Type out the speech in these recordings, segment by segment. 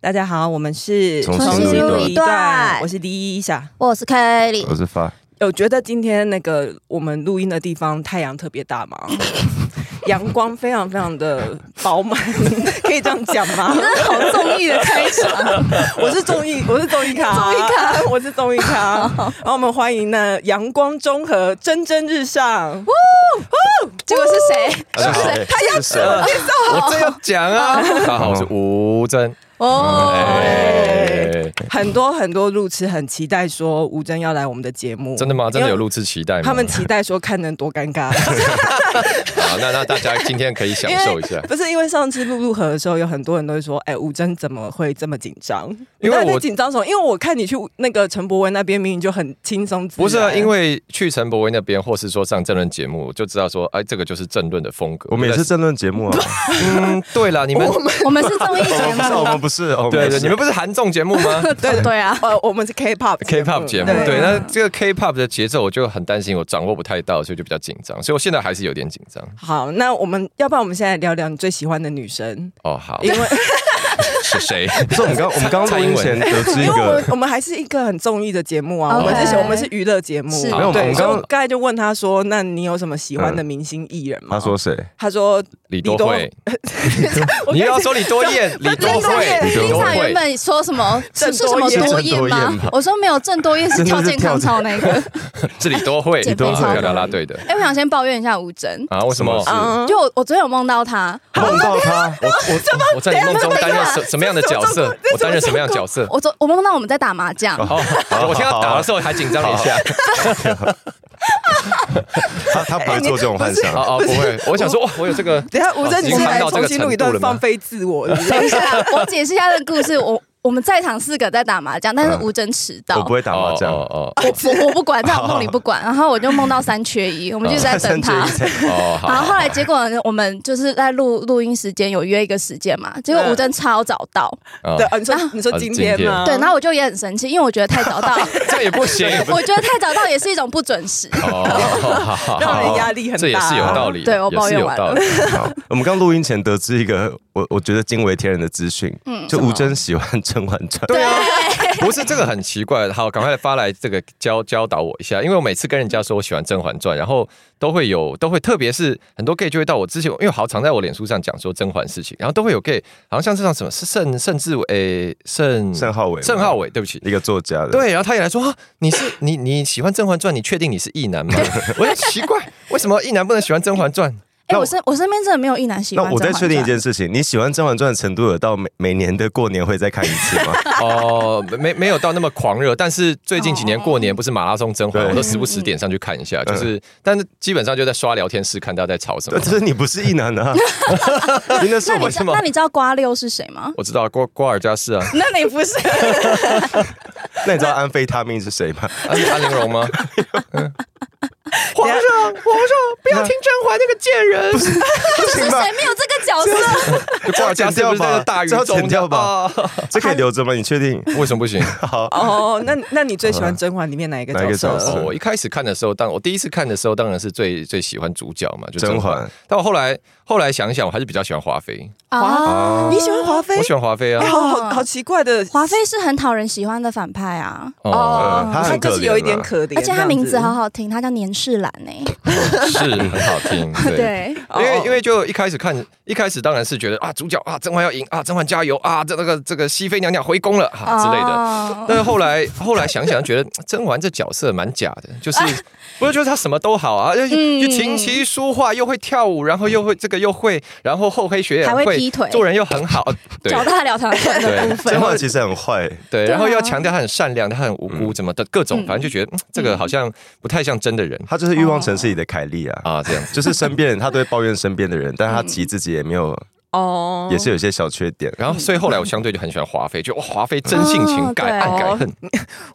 大家好，我们是重新录一录段我是李一莎。我是 Kelly，我是发，有觉得今天那个我们录音的地方太阳特别大吗？阳光非常非常的饱满， 可以这样讲吗？好综艺的开场， 我是综艺，我是综艺咖， 综艺咖，我是综艺咖。 然后我们欢迎呢，阳光中和，蒸蒸日上。结果是谁？是哎谁？他要谁？我这要讲啊！大家 好，我是吴真。哦，哎，很多很多路痴很期待说吴真要来我们的节目，真的吗？真的有？录制期待吗？他们期待说看能多尴尬。好，那那大家今天可以享受一下 ，不是因为上次录录合的时候，有很多人都会说：“哎、吴真怎么会这么紧张？”你因为到底我紧张什么？因为我看你去那个陈柏文那边，明明就很轻松自然。不是啊，因为去陈柏威那边，或是说上政论节目，我就知道说，哎，这个就是政论的风格。我们也是就在，政论节目啊，嗯， 对了，你们我们是综艺节我 们不是，我目，们不是，哦我们对不对，是你们不是韩综节目 吗对对啊，呃，我们是 K-pop ？K-pop 节目，对，对那这个 K-pop 的节奏，我就很担心我掌握不太到，所以就比较紧张，所以我现在还是有点紧张。好，那我们要不然我们现在聊聊你最喜欢的女生，哦，好 因，为是谁？ 不是我们刚我们刚刚录音前得知一因为我个们，我们还是一个很综艺的节目啊，我 OK 们是我们是娱乐节目，哦啊是对，没有我们所以刚我刚才就问他说：“那你有什么喜欢的明星艺人吗？”他说谁？他说嗯李多惠，我 你又开要始说李多燕，李多林惠，场李林多场惠原。本说什么是郑是什么多燕多郑多燕燕吗吧？我说没有，郑多燕是跳健康操那个。这里都会，减肥操会啊啦啦队的 哎，我想先抱怨一下吴真，啊？为什么？什么嗯就我我昨天有梦到他，梦到他，我我我在你梦中担任什什么样的角色？我担任什么样的角色？哦我昨我梦到我们在打麻将，好，我听到打的时候还紧张了一下。 他他不会做这种幻想，哦哦，不会，我想说，哇，我有这个哦等一下吴正，已你经是攀来到这重个新录一程度段了吗放飞自我是不是 等一下，我解释一下这个故事。我我们在场四个在打麻将，但是嗯吴真迟到我不。会啊打麻将，哦我我我不管，在我梦里不管。然后我就梦到三缺一，我们就一直 在等他。哦哦，然后后好，来结果呢我们就是在录录音时间有约一个时间嘛，结果嗯吴真超早到，对啊，你说你说啊今天今天吗？对，然后我就也很生气，因为我觉得太早到， 这样也不 行。我觉得太早到也是一种不准时。哦，让人压力很大，啊这也是有道理，好，我们刚录音前得知一个我我觉得惊为天人的资讯，就吴真喜欢《甄嬛传》， 对啊，哎不是这个很奇怪。好，赶快发来这个教教导我一下，因为我每次跟人家说我喜欢《甄嬛传》，然后都会有都会，特别是很多 gay 就会到我之前，因为我好常在我脸书上讲说甄嬛事情，然后都会有 gay，好像像是像什么是盛盛志伟，诶盛盛浩伟吗盛浩伟，对不起。一个作家的，，对，然后他也来说啊，你是你你喜欢《甄嬛传》，你确定你是异男吗？ 我就奇怪，为什么异男不能喜欢《甄嬛传》？哎，那我身我身边真的没有一男喜那欢。我再确定一，件事情，你喜欢《甄嬛传》的程度有到每每年的过年会再看一次吗？ 哦，没没有到那么狂热，但是最近几年过年不是马拉松甄嬛，对我都时不时点上去看一下，就是，但是基本上就在刷聊天室看大家在吵什么但。是你不是异 男啊，你那是我那你们知那你知道瓜六是谁吗？我知道瓜瓜尔佳氏啊，那你不是？那你知道安非他命是谁 吗？ 安安陵 容吗？哎皇上，皇上，不要听甄嬛那个贱人！行吧谁没有这个角 色？就瓜尔佳氏不是 在那大雨这要中剪掉吧的？啊这可以留着吗？你确定？为什么不行？ 哦，那那你最喜欢《甄嬛》里面哪一个哪一角个色？角色 哦我一开始看的时候，当我第一次看的时候，当然是最最喜欢主角嘛，就甄甄嬛嬛。但我后来后来想一想，我还是比较喜欢华妃。啊，哦你喜欢华妃我？喜欢华妃哎，啊，好好好奇怪的华妃是很讨人喜欢的反派啊，哦，呃她她很可就是怜有一啊点可怜，而且她名这字样好好听，她叫年世兰诶。 是很好听， 对，对。因为哦因为就一开始看，一开始当然是觉得啊，主角啊，甄嬛要赢啊，甄嬛加油啊，这那个这个熹妃娘娘回宫了啊之类的。的但是后来后来想想，觉得甄嬛这角色蛮假的，就是 不是就是她什么都好啊，又又琴棋书画又会跳舞，然后又会这个又会，然后厚黑学也还会会劈腿做人又很 好，对脚踏两条船的部甄 分。嬛其实很坏，对对，啊然后又要强调她很善良，她很无辜，怎么的各种，反正就觉得嗯这个好像不太像真的人她就是《欲望城市》里的凯莉哦啊，啊，这样子。就是身边人她都会抱怨身边的人，但她其实自己也没有，嗯哦，也是有一些小缺点。然后，所以后来我相对就很喜欢华妃，就哇，华妃真性情，哦改对爱改恨。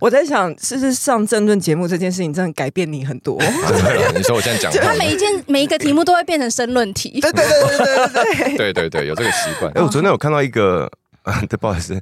我在想，是不是上政论节目这件事情真的改变你很多？对你说我现在讲话他每一件每一个题目都会变成申论题，对对对对对对对。 对对对，有这个习惯 哎、。我昨天有看到一个， 啊、对，不好意思，嗯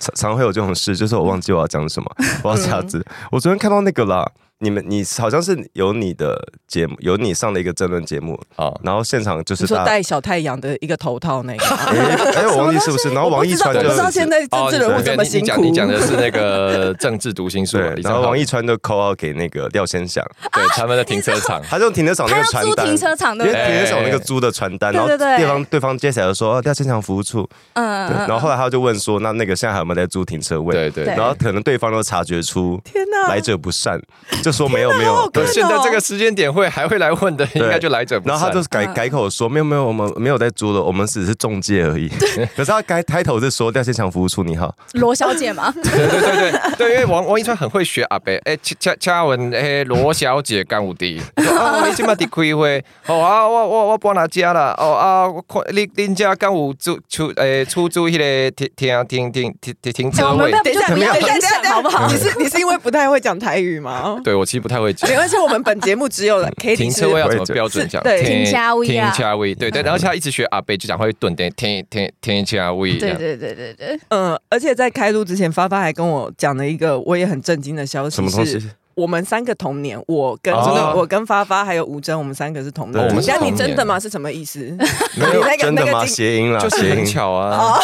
常常会有这种事，就是我忘记我要讲什么，我要下次。我昨天看到那个啦，你们你好像是有你的节目，有你上了一个争论节目，啊，然后现场就你是说大家。戴小太阳的一个头套那个，哎、哎我忘记是不是？然后王一川我就不知道现在政治人物哦你这么辛你讲苦。你讲的是那个政治读心术啊，对，然李正后浩王一川就扣号给那个廖先祥，对他们的停车 场，他就停车场那他个要传租单，停车场，因对为不停对？车场有那个租的传单，然后对对对对方对方接起来就说哦廖先祥服务处，嗯，对，然后后来他就问说，那那个现在还有没有在租停车位？对对对对。然后可能对方都察觉出天哪！来者不善，就说没有没有，对可是现在这个时间点会还会来问的，应该就来者不善。然后他就改嗯改口说没有没有，我们没有在租了，我们只是中介而已。可是他改开头是说廖先祥服务处你好，罗小姐嘛，对对对对对，因为王王一川很会学阿伯，哎，恰恰恰文哎罗小姐干有滴，啊，你今嘛伫开会，哦啊，我我我搬来家啦，哦啊，我看你恁家干有租出诶出租迄个停停停停停停停哎车我们位不？要等一下，就等不一要下，等影一下响，好不好你？是你是因为不太会讲台语吗？ 对我其实不太会讲没。关系，我们本节目只有 K 停车位要怎么是标准讲？是对停车位啊停车位，对对。然后他一直学阿伯，就讲会顿点停停停车位。对对对对对，嗯，而且在开录之前，发发还跟我讲了一个我也很震惊的消息，什么东西？？我们三个童年，我跟哦真的，我跟发发还有吴峥，我们三个是童对年。我们是但你童真年的吗？是什么意 思？没你有那个真的那吗？个进谐音啦，就是谐很音。巧啊。啊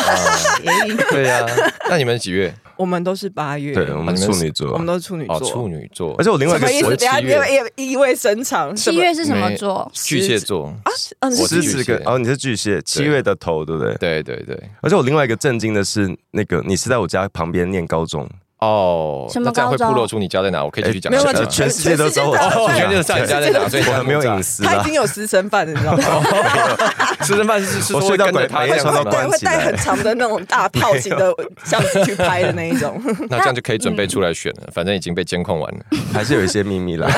对呀，那你们几月？我们都是八月，对，我们你处们女座我们，都是处女哦，处座，女座，而且我另外什一个么意思？等我一下七月也也意味深长。什七么月是什么没座？巨蟹座。啊，嗯，我是狮是子巨蟹跟哦，你是巨蟹，七月的头，对不对？对对对，而且我另外一个震惊的是，那个你是在我家旁边念高中，哦，什么那这样会高中暴露出你家在哪？我可以继续讲没有下去没吗。有呃全世界都知道我全世界哦，全对就啊是你家在哪，所以我很没有隐私。私啊他已啦经。有私生饭了，你知道 吗？吃顿饭是是说我会睡到跟着鬼他没这穿样对，到关子吗，关会起带来很长的那种 大炮型的相机去拍的那一种。 那这样就可以准备出来选了，反正已经被监控完了，还是有一些秘密 啦。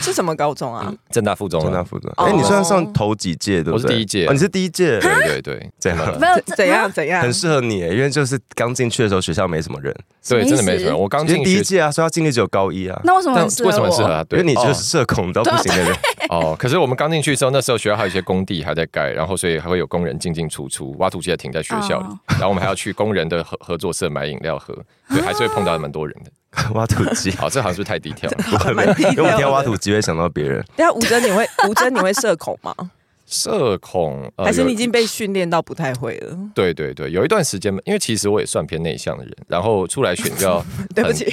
是什么高中嗯啊？正大附中中大了。附中，哦哎，你算上头几届对不对？我是第一届哦你是第一届，对对对，这样真的没有怎怎样怎样很？适合你，因为就是刚进去的时候学校没什么人，什么对，意真思的没什么。我刚因为进第一学，届啊，所以他进去只有高一啊，那为什么但很适合为什么适合我？他？因对，为你就哦是社恐到不行的人，哦，可是我们刚进去之后，那时候学校还有一些工地还在盖，然后所以还会有工人进进出出，挖土机也停在学校里，哦然后我们还要去工人的合合作社买饮料喝，对，还是会碰到蛮多人的。挖土机。好，这 好像是不是太低调了。不会，没有因为我们听到挖土机会想到别人，对啊，吴峥你会吴峥你会社恐 吗？哦社恐，呃还是有你已经被训练到不太会了？，对对对，有一段时间嘛，因为其实我也算偏内向的人，然后出来选教 对不起，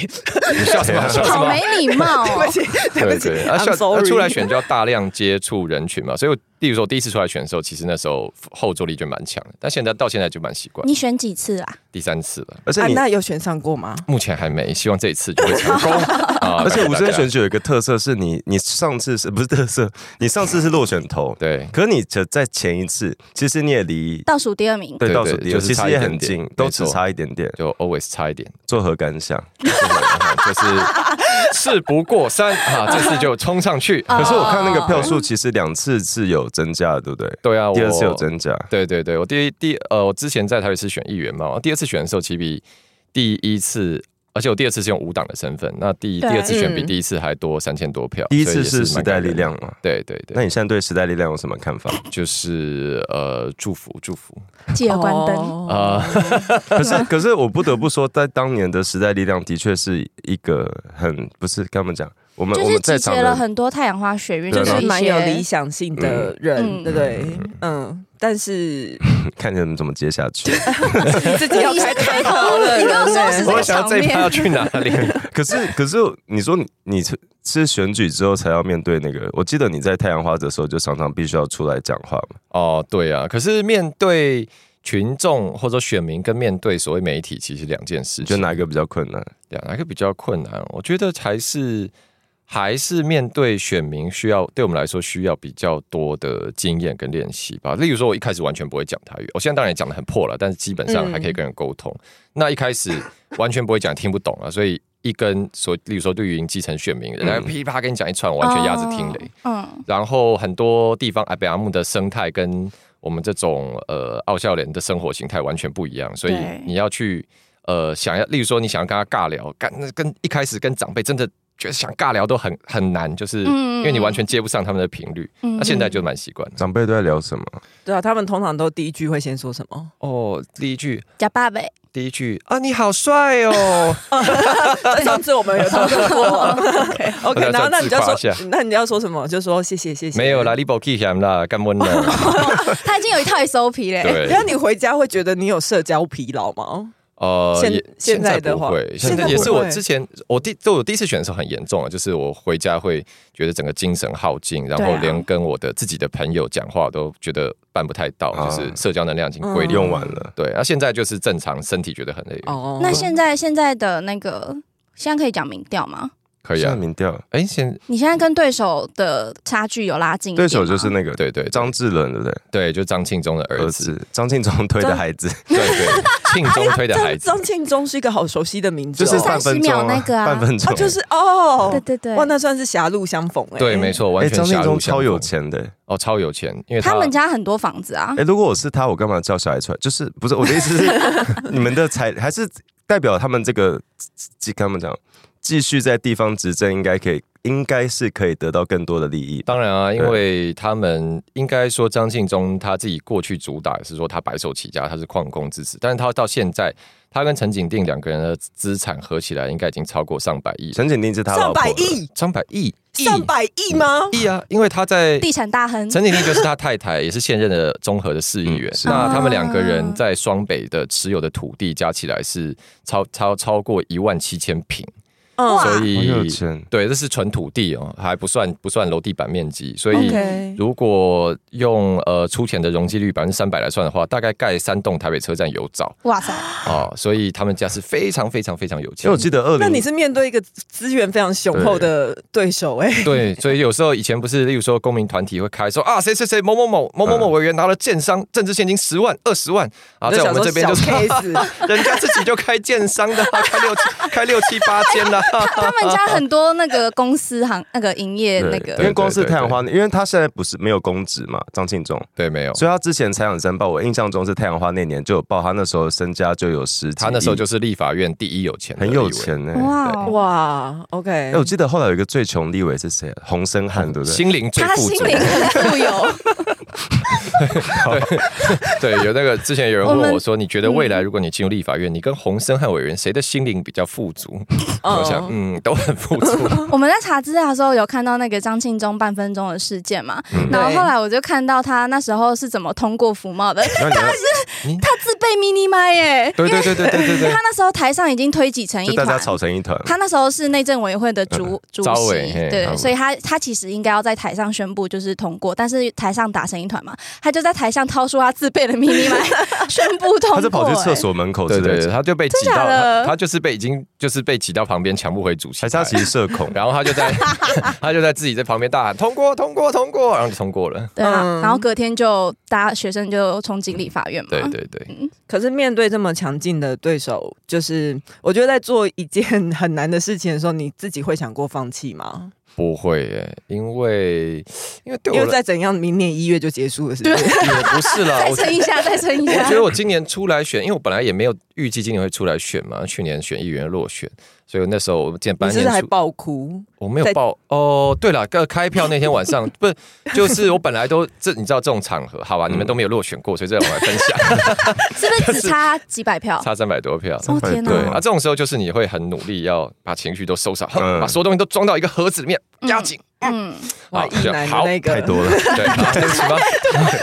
很，你笑什么？笑什好么没？礼 貌对哦不！起，啊对 对不起对，啊， ，I'm 选啊 sorry。出来选就要大量接触人群嘛，所以我，例如说我第一次出来选的时候，其实那时候后坐力就蛮强的，但现在到现在就蛮习惯，你选几次啊？第三次了，而且啊，你，那有选上过吗？目前还没，希望这一次就会 成功啊！而且五五声选举有一个特色是你，你上次是不是特色？你上次是落选头，对可是你只在前一次，其实你也离倒数第二名，对对倒数第二，就是其实差一也点很点近没，都只错差一点点。就 always 差一点，嗯作何感想？哦 就是事不过三啊，这次就冲上去。哦可是我看那个票数，其实两次是有增加的，对不对？对啊，我第二次有增加，对对对，我第一第呃，我之前在台北市选议员嘛，我第二次选的时候，其实比第一次，而且我第二次是用无党的身份，那第第对二次选嗯比第一次还多三千多票，第一所次以也是蛮时代感力人的。量嘛？对对对，那你现在对时代力量有什么看 法？就是呃，祝福祝福记得哦关灯。啊，啊、可是，可是我不得不说，在当年的时代力量的确是一个很不是跟他们讲，我们就我是们集在场结了的很多太阳花学运，对就啊就是是一蛮有些理想性的人，嗯对不对？嗯，但是看你们怎么接下去。你自 己要开开头了，你跟我说对是这我个我想场要这一趴面要去哪 里？可 是，可是你说你你是是选举之后才要面对那个，我记得你在太阳花的时候就常常必须要出来讲话嘛。哦，对啊，可是面对群众或者选民，跟面对所谓媒体，其实两件事你觉情得。哪一个比较困难？两哪个比较困难？我觉得还是还是面对选民需要，对我们来说需要比较多的经验跟练习吧。例如说，我一开始完全不会讲台语，我现在当然也讲的很破了，但是基本上还可以跟人沟通。那一开始完全不会讲，听不懂啊，所以一跟所，例如说对于云基层选民，人家噼啪跟你讲一串，我完全鸭子听雷。嗯，然后很多地方阿贝阿木的生态跟我们这种呃奥笑人的生活形态完全不一样，所以对你要去呃想要，例如说你想要跟他尬聊，干那跟一开始跟长辈真的觉得想尬聊都很很难，就是嗯因为你完全接不上他们的频率。嗯那现在就蛮习惯了。长辈都在聊什么？对啊，他们通常都第一句会先说什么？哦，第一句假爸呗，第一句啊，你好帅哦， 这上次我们有讨论过。OK 哦我 OK，要然后那自你就夸说一下，那你要说什么？就说谢谢 谢谢。没有啦，。你不气嫌啦，干温了， 他已经有一套 SOP 嘞。对然，后你回家会觉得你有社交疲劳吗？呃，现也现在在的不话会，现在也不是我会之前我第就我第一次选的时候很严重啊，就是我回家会觉得整个精神耗尽，然对后啊连跟我的自己的朋友讲话都觉得办不太到，啊就是社交能量已经归嗯零用完了。对，啊那、现在就是正常，身体觉得很累，哦，那现在现在的那个，现在可以讲民调吗？可以现在啊。民调，哎，现你现在跟对手的差距有拉近一点对手吗？就是那个对对对张智霖，对不对？对，就张庆忠的儿儿子，子啊张庆忠推的孩子，对 对，庆忠推的孩子张，庆忠是一个好熟悉的名字就哦，是三半分30钟秒那个啊半分啊，钟，就是哦，对对对，哇，那算是狭路相逢哎。对，没。错，完哎，全张庆狭路忠相超有逢。钱的。哦，超有钱，因为他们家很多房子啊哎，，如果我是他，我干嘛叫小孩出来？就是不是我的意思是，你们的财还是代表他们这个，跟他们讲，继续在地方执政，应该可以，应该是可以得到更多的利益。当然啊，因对为他们应该说张庆忠他自己过去主打也是说他白手起家，他是矿工之子，但是他到现在，他跟陈景定两个人的资产合起来应该已经超过上百亿，陈景定是他上老婆百了，亿，上百亿，亿上百亿吗？亿啊！因为他在呃地产大亨。陈景定就是他太太，也是现任的综合的市议员嗯。是那他们两个人在双北的持有的土地加起来是超超超过一万七千平，嗯哇所好有以钱。对，这是纯土地哦，还不算不算楼地板面积，所以。 OK，如果用呃出钱的容积率百分之三百来算的话，大概盖三栋台北车站有找哇塞，啊、所以他们家是非常非常非常有因为钱我。记得二那你零是面对一个资源非常雄厚的对手哎、对，所以有时候以前不是，例如说公民团体会开说啊，谁谁谁某某某某某某委员拿了建商政治现金十万、二十万，啊，就在我想们说这边小就是 case， 人家自己就开建商的啊，开六七开六七八间啊啦。他们家很多那个公司行那个营业那因个，为光是太阳花，因为他现在不是没有公职嘛，哦张庆忠，对，没有，所以他之前财产申报，我印象中是太阳花那年就有报，他那时候身家就有十几亿，他那时候就是立法院第一有钱，很有。钱呢、欸。哇哦，哇，OK，哎、我记得后来有一个最穷立委是谁啊？洪森汉，对不对？心灵最他富心足，灵很富有， 对，有那个之前有人我问们嗯我说，你觉得未来如果你进入立法院，你跟洪森和委员谁的心灵比较富足？哦嗯我想，嗯，都很富 足。我们在查资料的时候有看到那个张庆忠半分钟的事件嘛，嗯然后对后来我就看到他那时候是怎么通过福茂的，然后他自备 mini 麦耶，对对对对对对因为对他，那时候台上已经推挤成你一就大团家。吵成一团，他那时候是内政委员会的主主呃招席委嘿，招对，委所以他他其实应该要在台上宣布就是通过，但是台上打成一团嘛，他就在台上掏出他自备的 mini 麦宣布通他过。欸是跑去厕所门口之对类对对，的，他就被挤真假到，的他他就是被已经就是被挤到旁边，抢不回主席还是他台。？其实社恐 然后他就 在他就在自己在旁边大喊通过通过通过，然后就通过了。对啊，嗯然后隔天就大家学生就冲进立法院嘛。对对对，可是面对这么强劲的对手，就是我觉得在做一件很难的事情的时候，你自己会想过放弃吗？不会耶，因为因为对因我为来再怎样，明年一月就结束了，是不是？也不 是啦， 再我撑一下，再撑啊一我觉得下。我今年出来选，因为我本来也没有预计今年会出来选嘛，去年选议员落选，所以那时候我见你班是不是还年初爆哭？我没有在报哦。对了，个开票那天晚上 不是就是我本来都这你知道这种场合，好嗯吧，你们都没有落选过，所以这我来分 享，是不是只差几百票？差三百多票。哦天对啊，哪！这种时候就是你会很努力，要把情绪都收上，哼嗯把所有东西都装到一个盒子里面，压 紧。嗯，哇，好一就男的好那太个，多了， 对， 好对不起吧，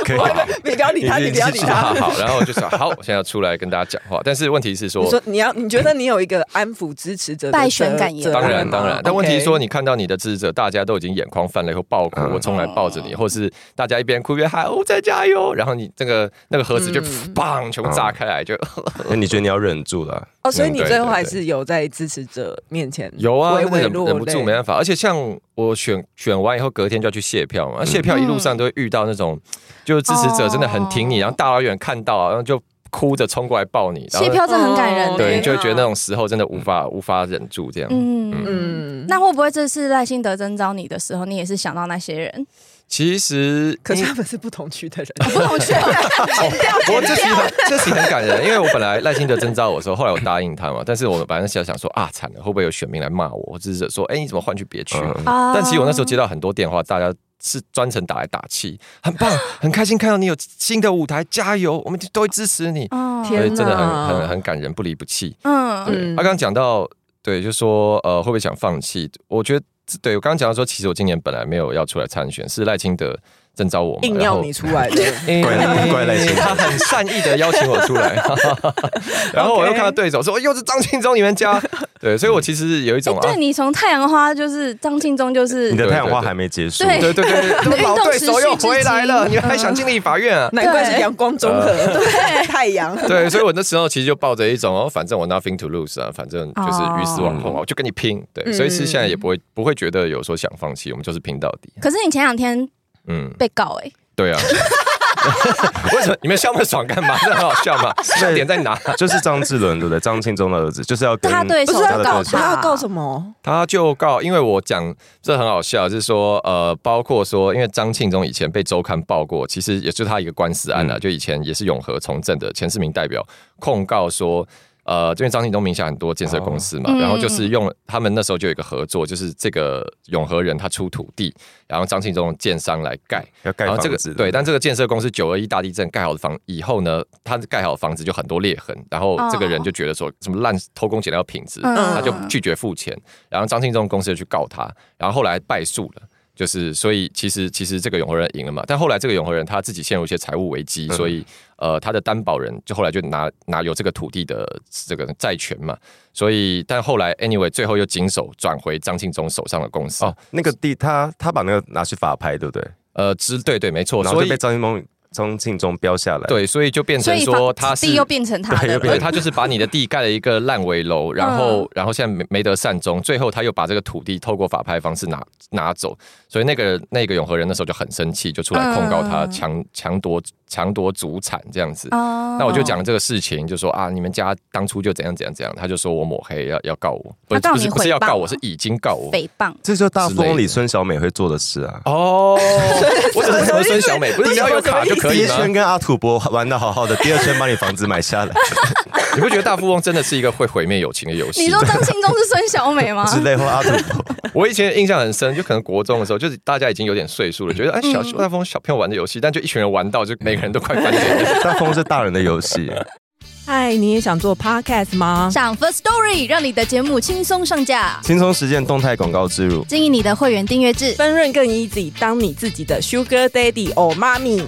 可以。 你不要理他，你不要理他好。好，然后我就想，好，我现在要出来跟大家讲话。但是问题是说你，说你要，你觉得你有一个安抚支持者的败选感言责当然责任吗当然，但问题 OK 是说，你看到你的支持者，大家都已经眼眶泛泪或爆哭，嗯我冲来抱着你，或是大家一边哭一边喊哦“我再加油”，然后你这个那个盒子就砰，砰全部炸开来，就哦那哎你觉得你要忍住了？哦，所以嗯你对最后对还对是有在支持者面前有啊，唯真的唯忍落忍不住，泪没办法。而且像我选选完以后，隔天就要去卸票嘛，卸票一路上都会遇到那种，就是支持者真的很挺你，哦然后大老远看到啊，然后就哭着冲过来抱你，然谢后票真的很感人哦欸。对，你就天会啊觉得那种时候真的无法无法忍住这样。嗯嗯。嗯，那会不会这次赖幸德征召你的时候，你也是想到那些人？其实，可是他们是啊不同区的人，不同 去， 不过这题很这题很感人，因为我本来赖清德征召我的时候，后来我答应他嘛，但是我反正想想说啊，惨了，会不会有选民来骂我，或者是说，哎、你怎么换去别区？嗯，但但其实我那时候接到很多电话，大家是专程打来打气，很棒，很开心看到你有新的舞台，加油，我们都会支持你，哦天所以真的哪很很很感人，不离不弃。嗯对，他、啊刚刚讲到，对，就说呃，会不会想放弃？我觉得，对我刚刚讲到说，其实我今年本来没有要出来参选，是赖清德征召我嘛，硬然要后你出来的，因怪赖怪赖清德哎他很善意的邀请我出来， 然后我又看到对手说哦又是张庆忠你们 家，对，所以我其实有一种哎，啊对，你从太阳花就是张庆忠就是你的对太阳花对对还没结束，对对 对对，你的对运老动对持手续又至回来今了，你们还想进立法 院啊？ 难怪是对阳光综合，呃对， 太阳。对，所以我那时候其实就抱着一种哦，反正我 nothing to lose 啊，反正就是哦鱼死网破嘛，我就跟你拼。对，嗯所以是现在也不会不会觉得有说想放弃，我们就是拼到底。可是你前两天嗯，被告哎，对 啊。 为什么你们笑那么爽干嘛？这很好笑嘛？笑点在哪？ 就是张志伦对不对？张庆忠的儿子就是要跟他对手不是他要的告告对手他他要告什么？他就告，因为我讲这很好笑，就是说，呃，包括说，因为张庆忠以前被周刊报过，其实也就是他一个官司案嗯啊，就以前也是永和从政的前市民代表控告说。呃，因为张庆忠名下很多建设公司嘛，哦然后就是用他们那时候就有一个合作，就是这个永和人他出土地，然后张庆忠建商来盖，要嗯盖房然后子哦这的，个对，但这个建设公司九二一大地震盖好的房以后呢，他盖好的房子就很多裂痕，然后这哦个人就觉得说什么烂偷工减料品质，嗯他就拒绝付钱，然后张庆忠公司就去告他，然后后来败诉了。就是，所以其实其实这个永和人赢了嘛，但后来这个永和人他自己陷入一些财务危机，嗯所以呃，他的担保人就后来就拿拿有这个土地的这个债权嘛，所以但后来 anyway 最后又经手转回张庆忠手上的公司，哦，那个地他他把那个拿去法拍，对不对？呃，之对对没错，然后所就以被张庆忠张庆忠标下来，，对，所以就变所成以说房他是地 又变成嗯他对的呃又了变对，他就是把你的地盖了一个烂 尾楼，然后、然后现在没没得善终，最后他又把这个土地透过法拍方式拿拿走，所以那个那个永和人那时候就很生气，就出来控告他嗯强强夺强夺祖产这样子。哦那我就讲了这个事情，就说啊，你们家当初就怎样怎样怎样，他就说我抹黑要要告我，他不是告不你是不是要诽谤告哦我，是已经告我。诽谤，这就是大之类风的里孙小美会做的事啊。哦，我怎么怎么孙小美，不是只要有卡啊就可第以一吗？圈跟阿土伯玩的好好的，第二圈把你房子买下来你不觉得大富翁真的是一个会毁灭友情的游戏吗？你说张庆忠是孙小美吗？ 之类，或阿土伯我以前印象很深，就可能国中的时候，就是大家已经有点岁数了，觉得哎小大风小朋友玩的游戏，但就一群人玩到，就每个人都快翻脸了。大风是大人的游戏，嗨，你也想做 podcast 吗？上 First Story 让你的节目轻松上架，轻松实践动态广告植入。经营你的会员订阅制。分润更 easy，当你自己的 sugar daddy 或妈咪。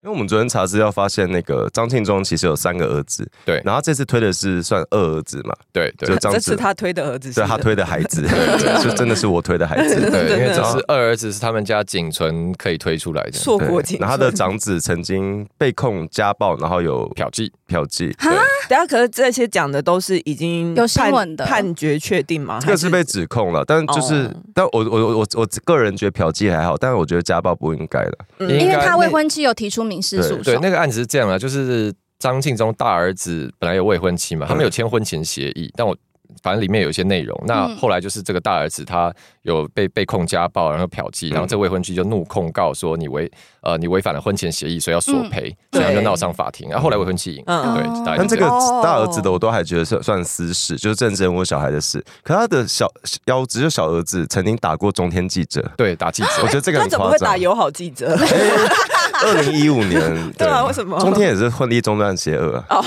因为我们昨天查资料发现，那个张庆忠其实有三个儿子，对然后这次推的是算二儿子嘛，对就对张这子是他推的儿子，对他推的孩子，就真的是我推的孩子，对，因为然这后是二儿子，是他们家仅存可以推出来的硕对果仅然后他的长子曾经被控家暴，然后有嫖妓。嫖妓， 等下，可是这些讲的都是已经有新判闻的判决确定吗？这个是被指控了，但就是，哦但我我我我我个人觉得嫖妓还好，但是我觉得家暴不应该的。嗯应因该为他未婚妻有提出民事诉对讼，那个案子是这样啊，就是张庆忠大儿子本来有未婚妻嘛，他们有签婚前协议，但我。反正里面有一些内容，那嗯后来就是这个大儿子他有被被控家暴，然后嫖妓，然后这未婚妻就怒控告说你违呃你违反了婚前协议，所以要索赔，所以他就对闹上法庭。然后后来未婚妻赢，嗯对哦，大概但这是这个样。哦大儿子的我都还觉得算算私事，就是政治人物小孩的事。可他的小幺只有小儿子曾经打过中天记者，对，打记者我觉得这个他很怎么夸会打张。友好记者？二零一五年， 对啊，为什么？哦中天也是混立中断邪恶啊。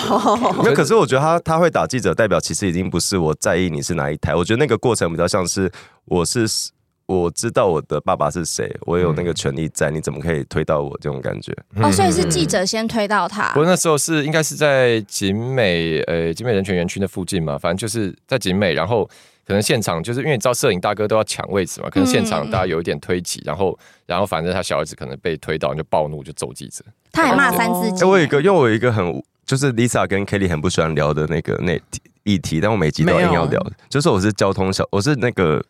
没有，可是我觉得他他会打记者，代表其实已经不是我在意你是哪一台。我觉得那个过程比较像是我是我知道我的爸爸是谁，我有嗯那个权利在，你怎么可以推到我这种感觉？哦，所以嗯是记者先推到他不。过那时候是应该是在景美，呃，景美人权园区那附近嘛，反正就是在景美，然后可能现场就是因为你知道摄影大哥都要抢位置嘛，可能现嗯场大家有一点推挤，然后然后反正他小儿子可能被推倒，就暴怒就揍记者。他还骂三字哎、经。哦我有一个，因为我有一个很就是 Lisa 跟 Kelly 很不喜欢聊的那个那议题，但我每集都硬要没聊，就是我是交通小，我是那个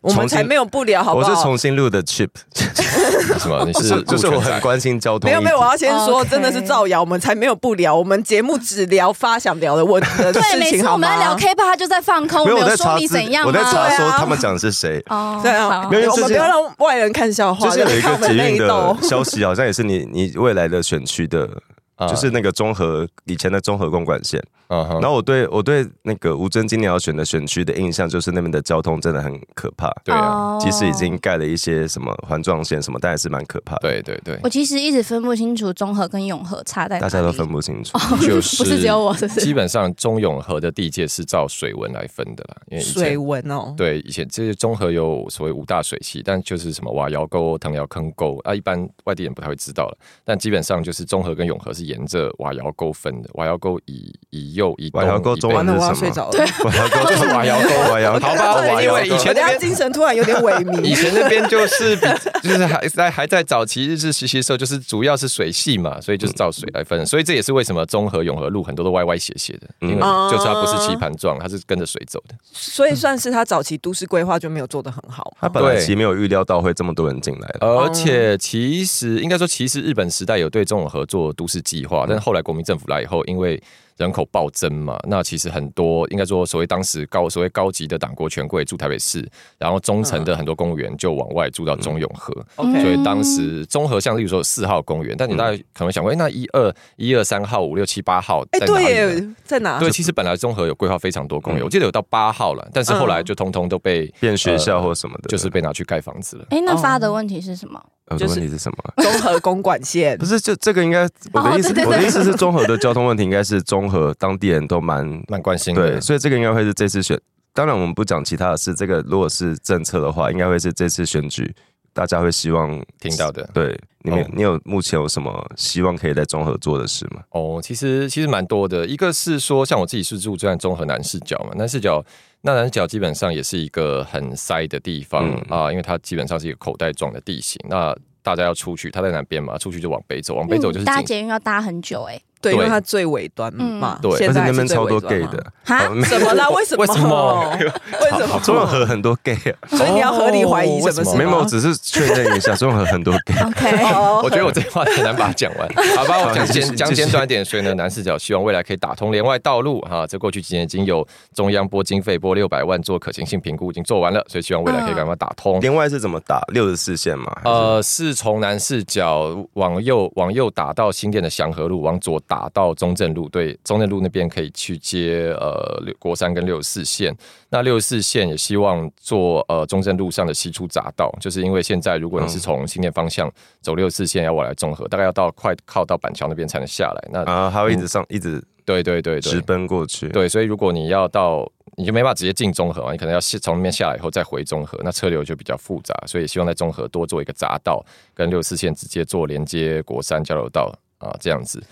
我们才没有不聊，好不我好？哦是重新录的 Chip，什么？你 就是是就是我很关心交通没议有题，没有，我要先说， OK 真的是造谣，我们才没有不聊，我们节目只聊发想聊的问的对，事每情，次好我们在聊吗？ K 吧，他就在放空，没有我有在说查你资怎样我在吗？查说对啊他们讲的 是谁。哦，对啊好没有因为我之们不前要让外人看笑话，就是有一看我个们 捷内运斗的。消息，好像也是你你未来的选区的啊就是那个中和以前的中和公馆线。嗯哼然后我对我对那个吴尊今年要选的选区的印象，就是那边的交通真的很可怕。对啊，哦即使已经盖了一些什么环状线什么，但还是蛮可怕的。对对对，我其实一直分不清楚中和跟永和差在哪大里，哦家都分不清 楚。就不是只有我，是不基是？本上中永和的地界是照水文来分的啦，因为以前水文哦，对，以前这些综合有所谓五大水系，但就是什么瓦窑沟、藤窑坑沟啊，一般外地人不太会知道了。但基本上就是综合跟永和是沿着瓦窑沟分的，瓦窑沟以以右以东，瓦窑沟以中北完了，我要是什么睡着了。瓦窑沟就是瓦窑沟瓦窑沟 好吧瓦因窑为以沟前我等那边下精神突然有点萎以靡。前那边就是比就是还在还在早期日治时期的时候，就是主要是水系嘛，所以就是照水来分，所以这也是为什么综合永和路很多都歪歪斜斜的，因为嗯就是它不是棋盘状，它是跟着水走的。所以算是他早期都市规划就没有做得很好 他嘛。本来对其实没有预料到会这么多人进来的。哦而且其实应该说，其实日本时代有对中永合作都市计划，但是后来国民政府来以后，因为人口暴增嘛，那其实很多应该说所谓当时高所谓高级的党国权贵住台北市，然后中层的很多公务员就往外住到中永和。嗯 OK 嗯所以当时综合像例如说有四号公园，但你大概可能想过，哎、那一二一二三号五六七八号哎，在哪对啊嗯里呢？耶，在哪？对，其实本来综合有规划非常多公园，我记得有到八号了，但是后嗯来就通通都被、变学校或什么的，就是被拿去盖房子了。哎，那发的问题是什么？呃就是问题是什么？综合公馆线不是，就这个应该我的意思，对对对我的意思是综合的交通问题应该是综合当地人都蛮蛮关心的对，，所以这个应该会是这次选。当然，我们不讲其他的事，这个如果是政策的话，应该会是这次选举大家会希望听到的。对你们、哦你有目前有什么希望可以在综合做的事吗？哦，其实其实蛮多的，一个是说，像我自己是住在中和南市角嘛，南市角那南市角基本上也是一个很塞的地方嗯啊、因为它基本上是一个口袋状的地形，那大家要出去，它在南边嘛，出去就往北走，往北走就是嗯搭景。捷运要搭很久 哎，对，对因为它最尾端嘛，嗯对而现且在那还是边最超尾多端 gay 嘛。的，哈哦，没怎么啦？为什么？为什么 为什么？中和很多 gay，啊所以你要合理怀疑什么哦事为没吗？有，我只是确认一下，中和很多 gay。 OK，哦我觉得我这句话很难把它讲完，好吧，我 讲好继续简讲继续简短一点。所以呢，南视角希望未来可以打通连外道路哈。这过去几年已经有中央拨经费拨六百万做可行性评估，已经做完了，所以希望未来可以赶快打通。连外是怎么打？六十四线嘛？呃，呃，是从南四角往右往右打到新店的祥和路，往左打到中正路。对，中正路那边可以去接呃六国三跟六四线。那六四线也希望做呃中正路上的西出匝道，就是因为现在如果你是从新店方向走六四线要往来综合，大概要到快靠到板桥那边才能下来。那、然后还会一直上，一直对对对啊直对奔过去。嗯对，所以如果你要到。你就没办法直接进中和嘛，你可能要先从那边下来以后再回中和，那车流就比较复杂，所以希望在中和多做一个匝道，跟六四线直接做连接国三交流道啊，这样子。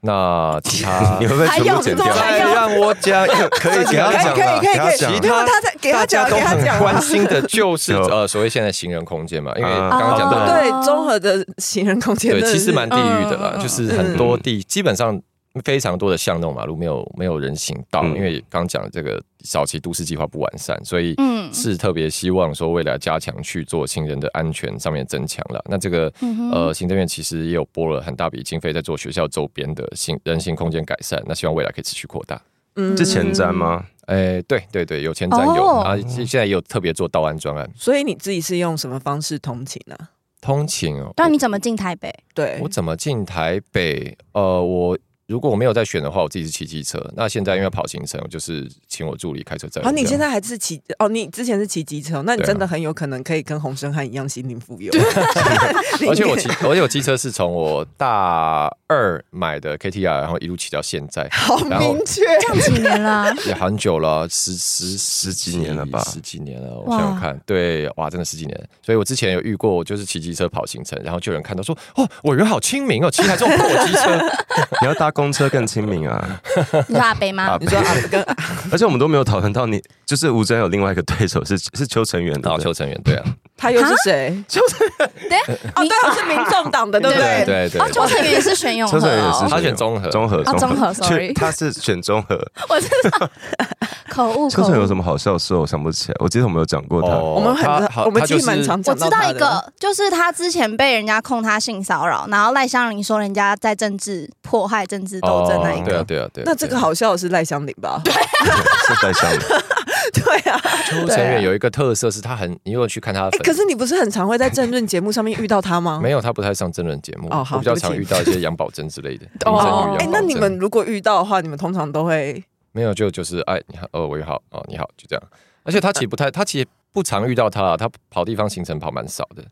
那 其他 你会不会全部剪掉？还再让我讲， 可哦以给他可以讲啊可以可以给他可讲以，其没有他他在给他讲，大家都给他很讲。啊关心的就 是有呃所谓现在行人空间嘛，因为啊刚刚讲到哦对综合的行人空间 对，真的是，其实蛮地狱的啦，嗯嗯嗯就是很多地基本上。非常多的巷弄马路没有没有人行道，嗯因为刚刚讲这个早期都市计划不完善，所以嗯是特别希望说未来加强去做行人的安全上面增强了。那这个嗯哼呃，行政院其实也有拨了很大笔经费在做学校周边的行人行空间改善，那希望未来可以持续扩大。嗯是前瞻？吗？哎，对对对，有前瞻有哦啊，现在也有特别做道安专案所以你自己是用什么方式通勤呢？通勤哦。那你怎么进台北？对我，怎么进台北？呃，我如果我没有在选的话，我自己是骑机车。那现在因为要跑行程，我就是请我助理开车载我。啊，你现这样在还是骑哦？你之前是骑机车哦，那你对啊真的很有可能可以跟洪生汉一样心灵富 有。而且我骑，而且我机车是从我大二买的 KTR，然后一路骑到现在， 好然后明确，这样几年啊 啦，也很久了，十十十几年了吧十几年了。我哇想想看，对，哇，真的十几年。所以我之前有遇过，我就是骑机车跑行程，然后就有人看到说，哦，我人好亲民哦，骑台这种破机车。 你要搭公车更亲民啊！你说阿北啊吗？你说啊，跟啊 而且我们都没有讨论到你，就是吴尊有另外一个对手是是邱成元的哦，，邱成员，对啊，啊他又是谁？对啊哦，对，他是民众党的，对不对对？啊对对哦，。邱成员也是选永和邱成元也哦是，他选综合综合哦综合，sorry 去 他是选综合。 我知道， 口误邱口成元有误。什么好笑的事？我想不起来，我记得我们有讲过他。哦我们很他常，我们他其就实蛮是常我讲知到道他一的。个，就是他之前被人家控他性骚扰，然后赖香林说人家在政治迫害、政治斗争那一哦对个，啊，对啊，对啊。那这个 对啊好笑的是赖香林吧？是在想对啊，邱成远有一个特色是他很，你如果去看他的哎、粉，可是你不是很常会在政论节目上面遇到他吗？没有他不太上争论节目，哦好我比对较不常起遇到一些杨宝珍之类的。哦林正宇哦，哎、杨宝那你珍们如果遇到的话，你们通常都会啊没有，就就是哎，你好，哦，我也好，哦，你好，就这样。而且他其实不太，他其实不常遇到他啊，他跑地方行程跑蛮少的。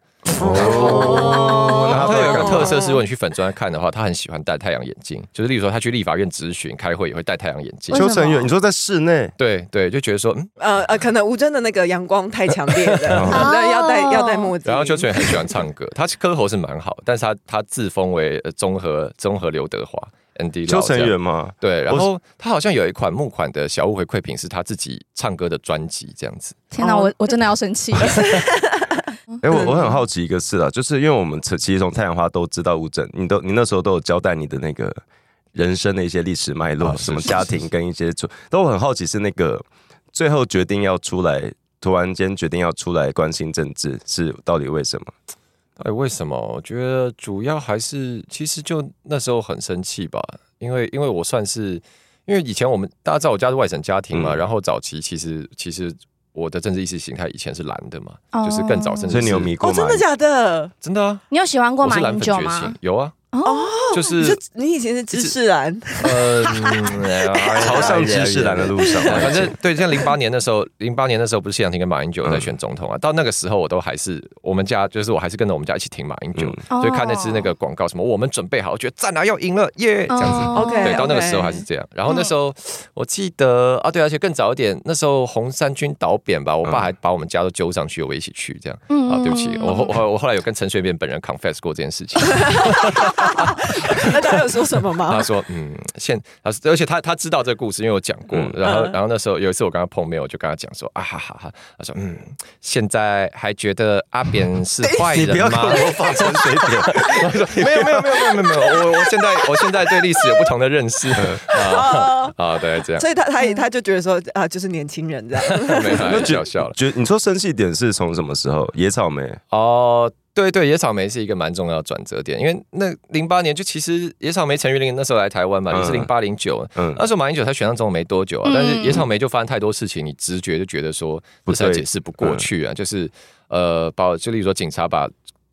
哦然后他有一个特色是，如哦果你去粉专看的话，他很喜欢戴太阳眼镜，就是例如说他去立法院质询、开会也会戴太阳眼镜哦为。邱什么成远，你说在室内，对对，就觉得说，嗯，呃呃，可能吴尊的那个阳光太强烈了，哦对，要戴要戴墨镜。然后邱成远很喜欢唱歌，他歌喉是蛮好，但是他他自封为呃综合综合刘德华 ND 邱成远嘛，对，然我后他好像有一款募款的小物回馈品是他自己唱歌的专辑这样子。天哪，哦我我真的要生气了。哎、我我嗯很好奇一个事啊，就是因为我们其其实从太阳花都知道吴镇，你都你那时候都有交代你的那个人生的一些历史脉络，啊是什么是家是庭跟一些出，但我很好奇是那个最后决定要出来，突然间决定要出来关心政治，是到底为什么？哎，为什么？我觉得主要还是，其实就那时候很生气吧，因为因为我算是，因为以前我们大家知道我家是外省家庭嘛，嗯然后早期其实其实我的政治意识形态以前是蓝的嘛，哦 就是更早甚至所嗯以是你有迷过哦，吗？真的假的？真的啊，你有喜欢过我马是蓝英粉九觉吗醒？，有啊，哦，就你是是你以前是知识蓝，呃， 嗯朝向知识栏的路上，反正对，像零八年那时候， 零八年那时候不是谢长廷跟马英九在选总统啊？到那个时候，我都还是我们家，就是我还是跟着我们家一起听马英九，嗯所以看那支那个广告什么，我们准备好，我觉得赞啊，要赢了，耶，这样子。哦 OK，对，到那个时候还是这样。然后那时候我记得啊，对，而且更早一点，那时候红三军倒扁吧，我爸嗯还把我们家都揪上去，我一起去这样。嗯啊，对不起，嗯我后我后我后来有跟陈水扁本人 confess 过这件事情。 那他有说什 么吗他？说：“嗯，现他而且他他知道这个故事，因为我讲过。然后嗯然后那时候有一次我跟他碰面，我就跟他讲说啊哈哈哈，他说嗯，现在还觉得阿扁是坏你不要人跟吗？我仿成水 表，我说没有没有没有没有没有没有，我我现在我现在对历史有不同的认识啊啊，对，这样所以他他嗯也他就觉得说啊，就是年轻人这样。没有笑笑了。觉你说生气点是从什么时候？野草莓，哦，对对，野草莓是一个蛮重要的转折点，因为那零八年就其实野草莓陈玉玲那时候来台湾嘛，嗯你是零八零九，嗯 那时候马英九才选上总统没多久啊，嗯但是野草莓就发生太多事情，你直觉就觉得说不不是对解释不过去啊，就是呃，把就例如说警察把。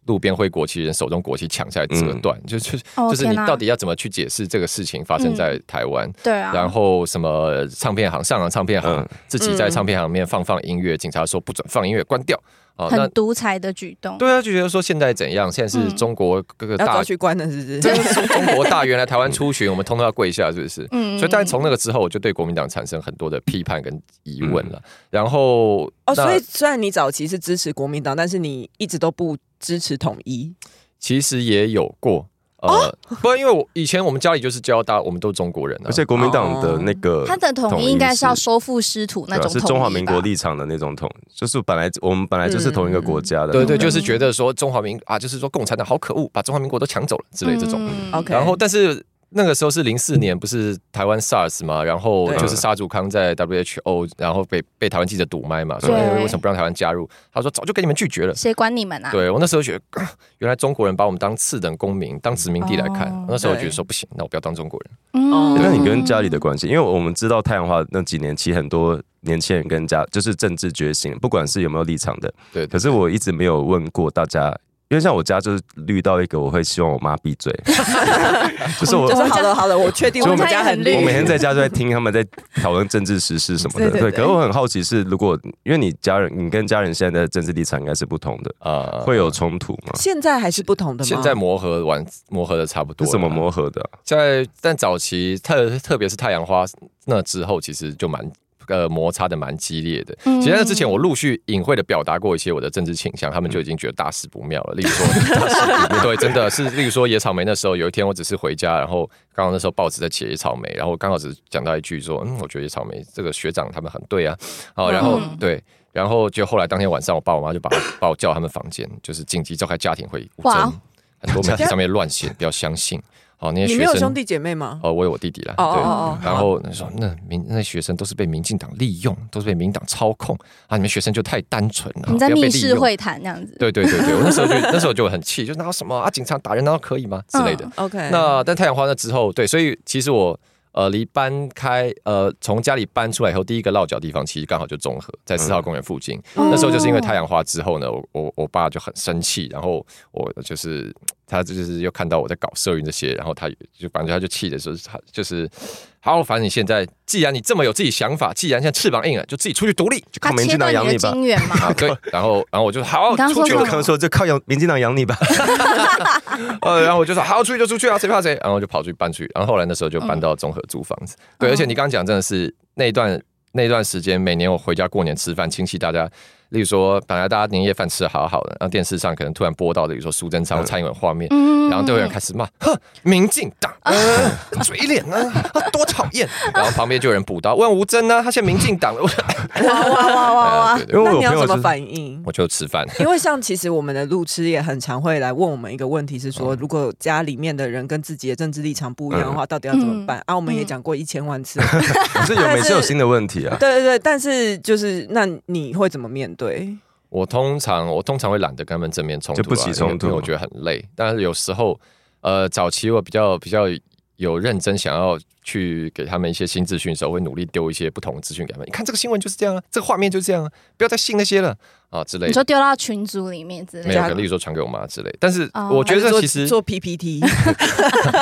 路边挥国旗人手中国旗抢下来折断，就就哦就是你天哪到底要怎么去解释这个事情发生在台湾？对啊，然后什么唱片行上了唱片行嗯，自己在嗯唱片行里面放放音乐，警察说不准放音乐，关掉啊。那很独裁的举动。对啊，就觉得说现在怎样？现在是中国各个要大抓，去关了是不是？这个是中国大员来台湾出巡，我们通通要跪下，是不是？嗯所以，但从那个之后，我就对国民党产生很多的批判跟疑问了。然后，哦，所那以虽然你早期是支持国民党，但是你一直都不支持统一。其实也有过，呃，哦不然因为我以前我们家里就是教大，我们都中国人啊，而且国民党的那个他的统一应该是要统收复失土那对啊种是统一吧中华民国立场的那种统，就是本来我们本来就是同一个国家的，对对，嗯就是觉得说中华民啊，就是说共产党好可恶，把中华民国都抢走了之类这种。嗯 OK 然后，但是那个时候是零四年，不是台湾 SARS 嘛？然后对就是沙祖康在 WHO，然后被被台湾记者堵麦嘛，说对哎为什么不让台湾加入？他说早就给你们拒绝了。谁管你们啊？对我那时候觉得，啊原来中国人把我们当次等公民、当殖民地来看。哦那时候我对觉得说不行，那我不要当中国人。哦嗯，那你跟家里的关系，因为我们知道太阳花那几年，其实很多年轻人跟家就是政治觉醒，不管是有没有立场的，对，可对是我一直没有问过大家，因为像我家就是绿到一个，我会希望我妈闭 嘴，就是我就。说好了好了，我确定就我我们们家很我绿。我每天在家就在听他们在讨论政治时事什么的，对对对可是我很好奇是，如果因为你家人，你跟家人现在的政治立场应该是不同的，啊呃会有冲突吗？现在还是不同的吗？现在磨合完，磨合的差不多是了。怎么磨合的啊、在但早期特特别是太阳花那之后，其实就蛮呃摩擦的蛮激烈的。嗯其实在那之前，我陆续隐晦的表达过一些我的政治倾向，他们就已经觉得大事不妙了。例如说，大事不 妙对，真的是，例如说野草莓那时候，有一天我只是回家，然后刚好那时候报纸在写野草莓，然后刚好只是讲到一句说，嗯，我觉得野草莓这个学长他们很对啊，哦，然后、嗯对。然后就后来当天晚上，我爸我妈就把我把我叫到他们房间，就是紧急召开家庭会议。哇哇，很多媒体上面乱写，不要相信。哦，那些你学没生有兄弟姐妹吗？哦，我有我弟弟啦，哦哦对，哦哦然后他说那民那学生都是被民进党利用，都是被民进党操控啊，你们学生就太单纯了，你们在不要密被利室用。会谈那样子。对对对对，我那时候就 那时候就很气，就嗯哎拿什么啊，警察打人难道可以吗之类的。 OK，那但太阳花那之后，对，所以其实我呃，离搬开呃，从家里搬出来以后，第一个落脚地方其实刚好就中和，在四号公园附近。哦那时候就是因为太阳花之后呢，我我我爸就很生气，然后我就是他就是又看到我在搞社运这些，然后他就反正他就气的说，他就是好，反正你现在既然你这么有自己想法，既然现在翅膀硬了，就自己出去独立。 就他靠民切进党断养你的吧。金源嘛， 啊，对，然后然后我就好你刚刚出说去就什我么刚说，就靠养民进党养你吧。呃，然后我就说好，出去就出去啊，谁怕谁，然后就跑出去搬出去，然后后来那时候就搬到综合租房子。对，而且你刚刚讲真的是那一段那一段时间，每年我回家过年吃饭，亲戚大家，例如说本来大家年夜饭吃的好好的，然后电视上可能突然播到，例如说苏贞昌、蔡英文画面，嗯然后队员开始骂，哼，民进党，呃嘴脸呢，啊 多讨厌。然后旁边就有人补刀，问吴征呢，他现在民进党了，我哇哇哇哇哇！对对因为我那有你要朋友怎么是反应？我就吃饭。因为像其实我们的路痴也很常会来问我们一个问题，是嗯说如果家里面的人跟自己的政治立场不一样的话，到底要怎么嗯办？啊，我们也讲过一千万 次了，可是有每次有新的问题啊。对对对，但是就是那你会怎么面对？我通常我通常会懒得跟他们正面冲突啊、就不起冲突因为我觉得很累。但是有时候，呃，早期我比较比较有认真想要去给他们一些新资讯的时候，会努力丢一些不同的资讯给他们。你看这个新闻就是这样啊，这个画面就是这样啊，不要再信那些了啊之类你说的。丢到群组里面之类没的，有，例如说传给我妈之类的。但是哦我觉还是得做其实做 PPT，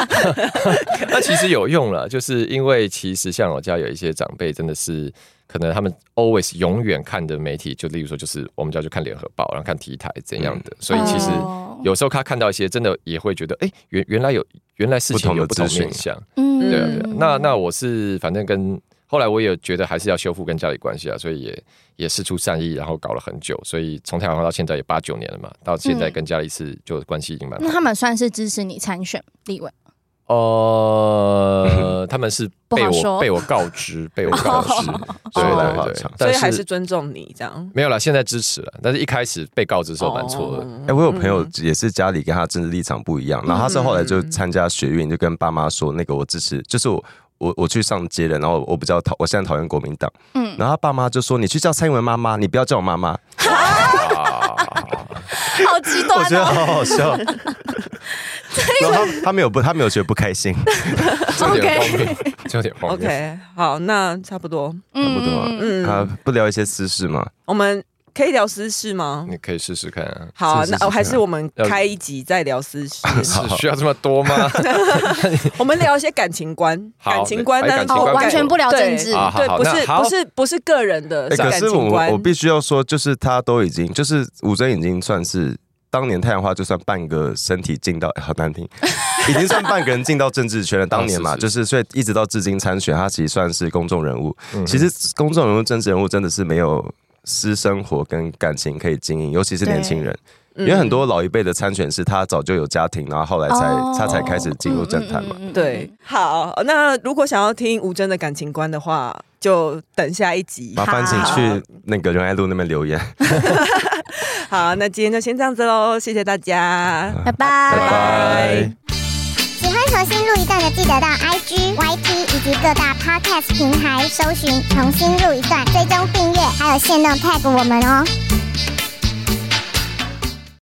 那其实有用了，就是因为其实像我家有一些长辈，真的是可能他们 always 永远看的媒体，就例如说就是我们家就看联合报，然后看体台怎样嗯的，所以其实哦有时候他看到一些真的也会觉得，哎、原原来有原来事不情同的有不同资讯面向，嗯对啊对啊。那那我是反正跟后来我也觉得还是要修复跟家里关系啊，所以也也事出善意，然后搞了很久，所以从台湾到现在也八九年了嘛，到现在嗯跟家里是就关系已经蛮好那。他们算是支持你参选立委，嗯呃，他们是不被好说我被我告知，被我 告知，对说来对话对哦长，所但以还是尊重你这样。没有啦，现在支持了，但是一开始被告知的时候蛮错愕。哦哎、我有朋友也是家里跟他政治立场不一样，然后他是后来就参加学运，就跟爸妈说，那个我支持，就是我我我去上街了，然后我比较讨，我现在讨厌国民党，嗯，然后他爸妈就说你去叫蔡英文妈妈，你不要叫我妈妈， 哦好极我端觉得哦。好好笑。然后他他没有不，他没有觉得不开心，这有点 荒谬，这有点荒谬。 OK，好，那差不多，差不多啊嗯，他不聊一些私事嘛，我们可以聊私事吗？你可以试试看啊，好啊，是是那是哦还是我们要开一集再聊私事，是需要这么多吗？我们聊一些感情观，好感情观，来但感情观哦完全不聊政治对啊好对，好不那是好不是不是个人的哎、可感是情我观，我必须要说，就是他都已经，就是吴尊已经算是当年太阳花就算半个身体进到、哎好难听，已经算半个人进到政治圈了。当年嘛，是是就是所以一直到至今参选，他其实算是公众人物。其实公众人物、政治人物真的是没有私生活跟感情可以经营，尤其是年轻人。因嗯为很多老一辈的参选是他早就有家庭，然后后来才、哦他才开始进入政坛嘛。。嗯嗯嗯嗯嗯对。好，那如果想要听吴真的感情观的话，就等下一集。麻烦请去那个仁爱路那边留言，好，那今天就先这样子喽，谢谢大家。拜拜拜拜。喜欢重新录一段的，记得到 IG、YT 以及各大 Podcast 平台搜寻“重新录一段”，追踪订阅，还有限定 tag 我们哦。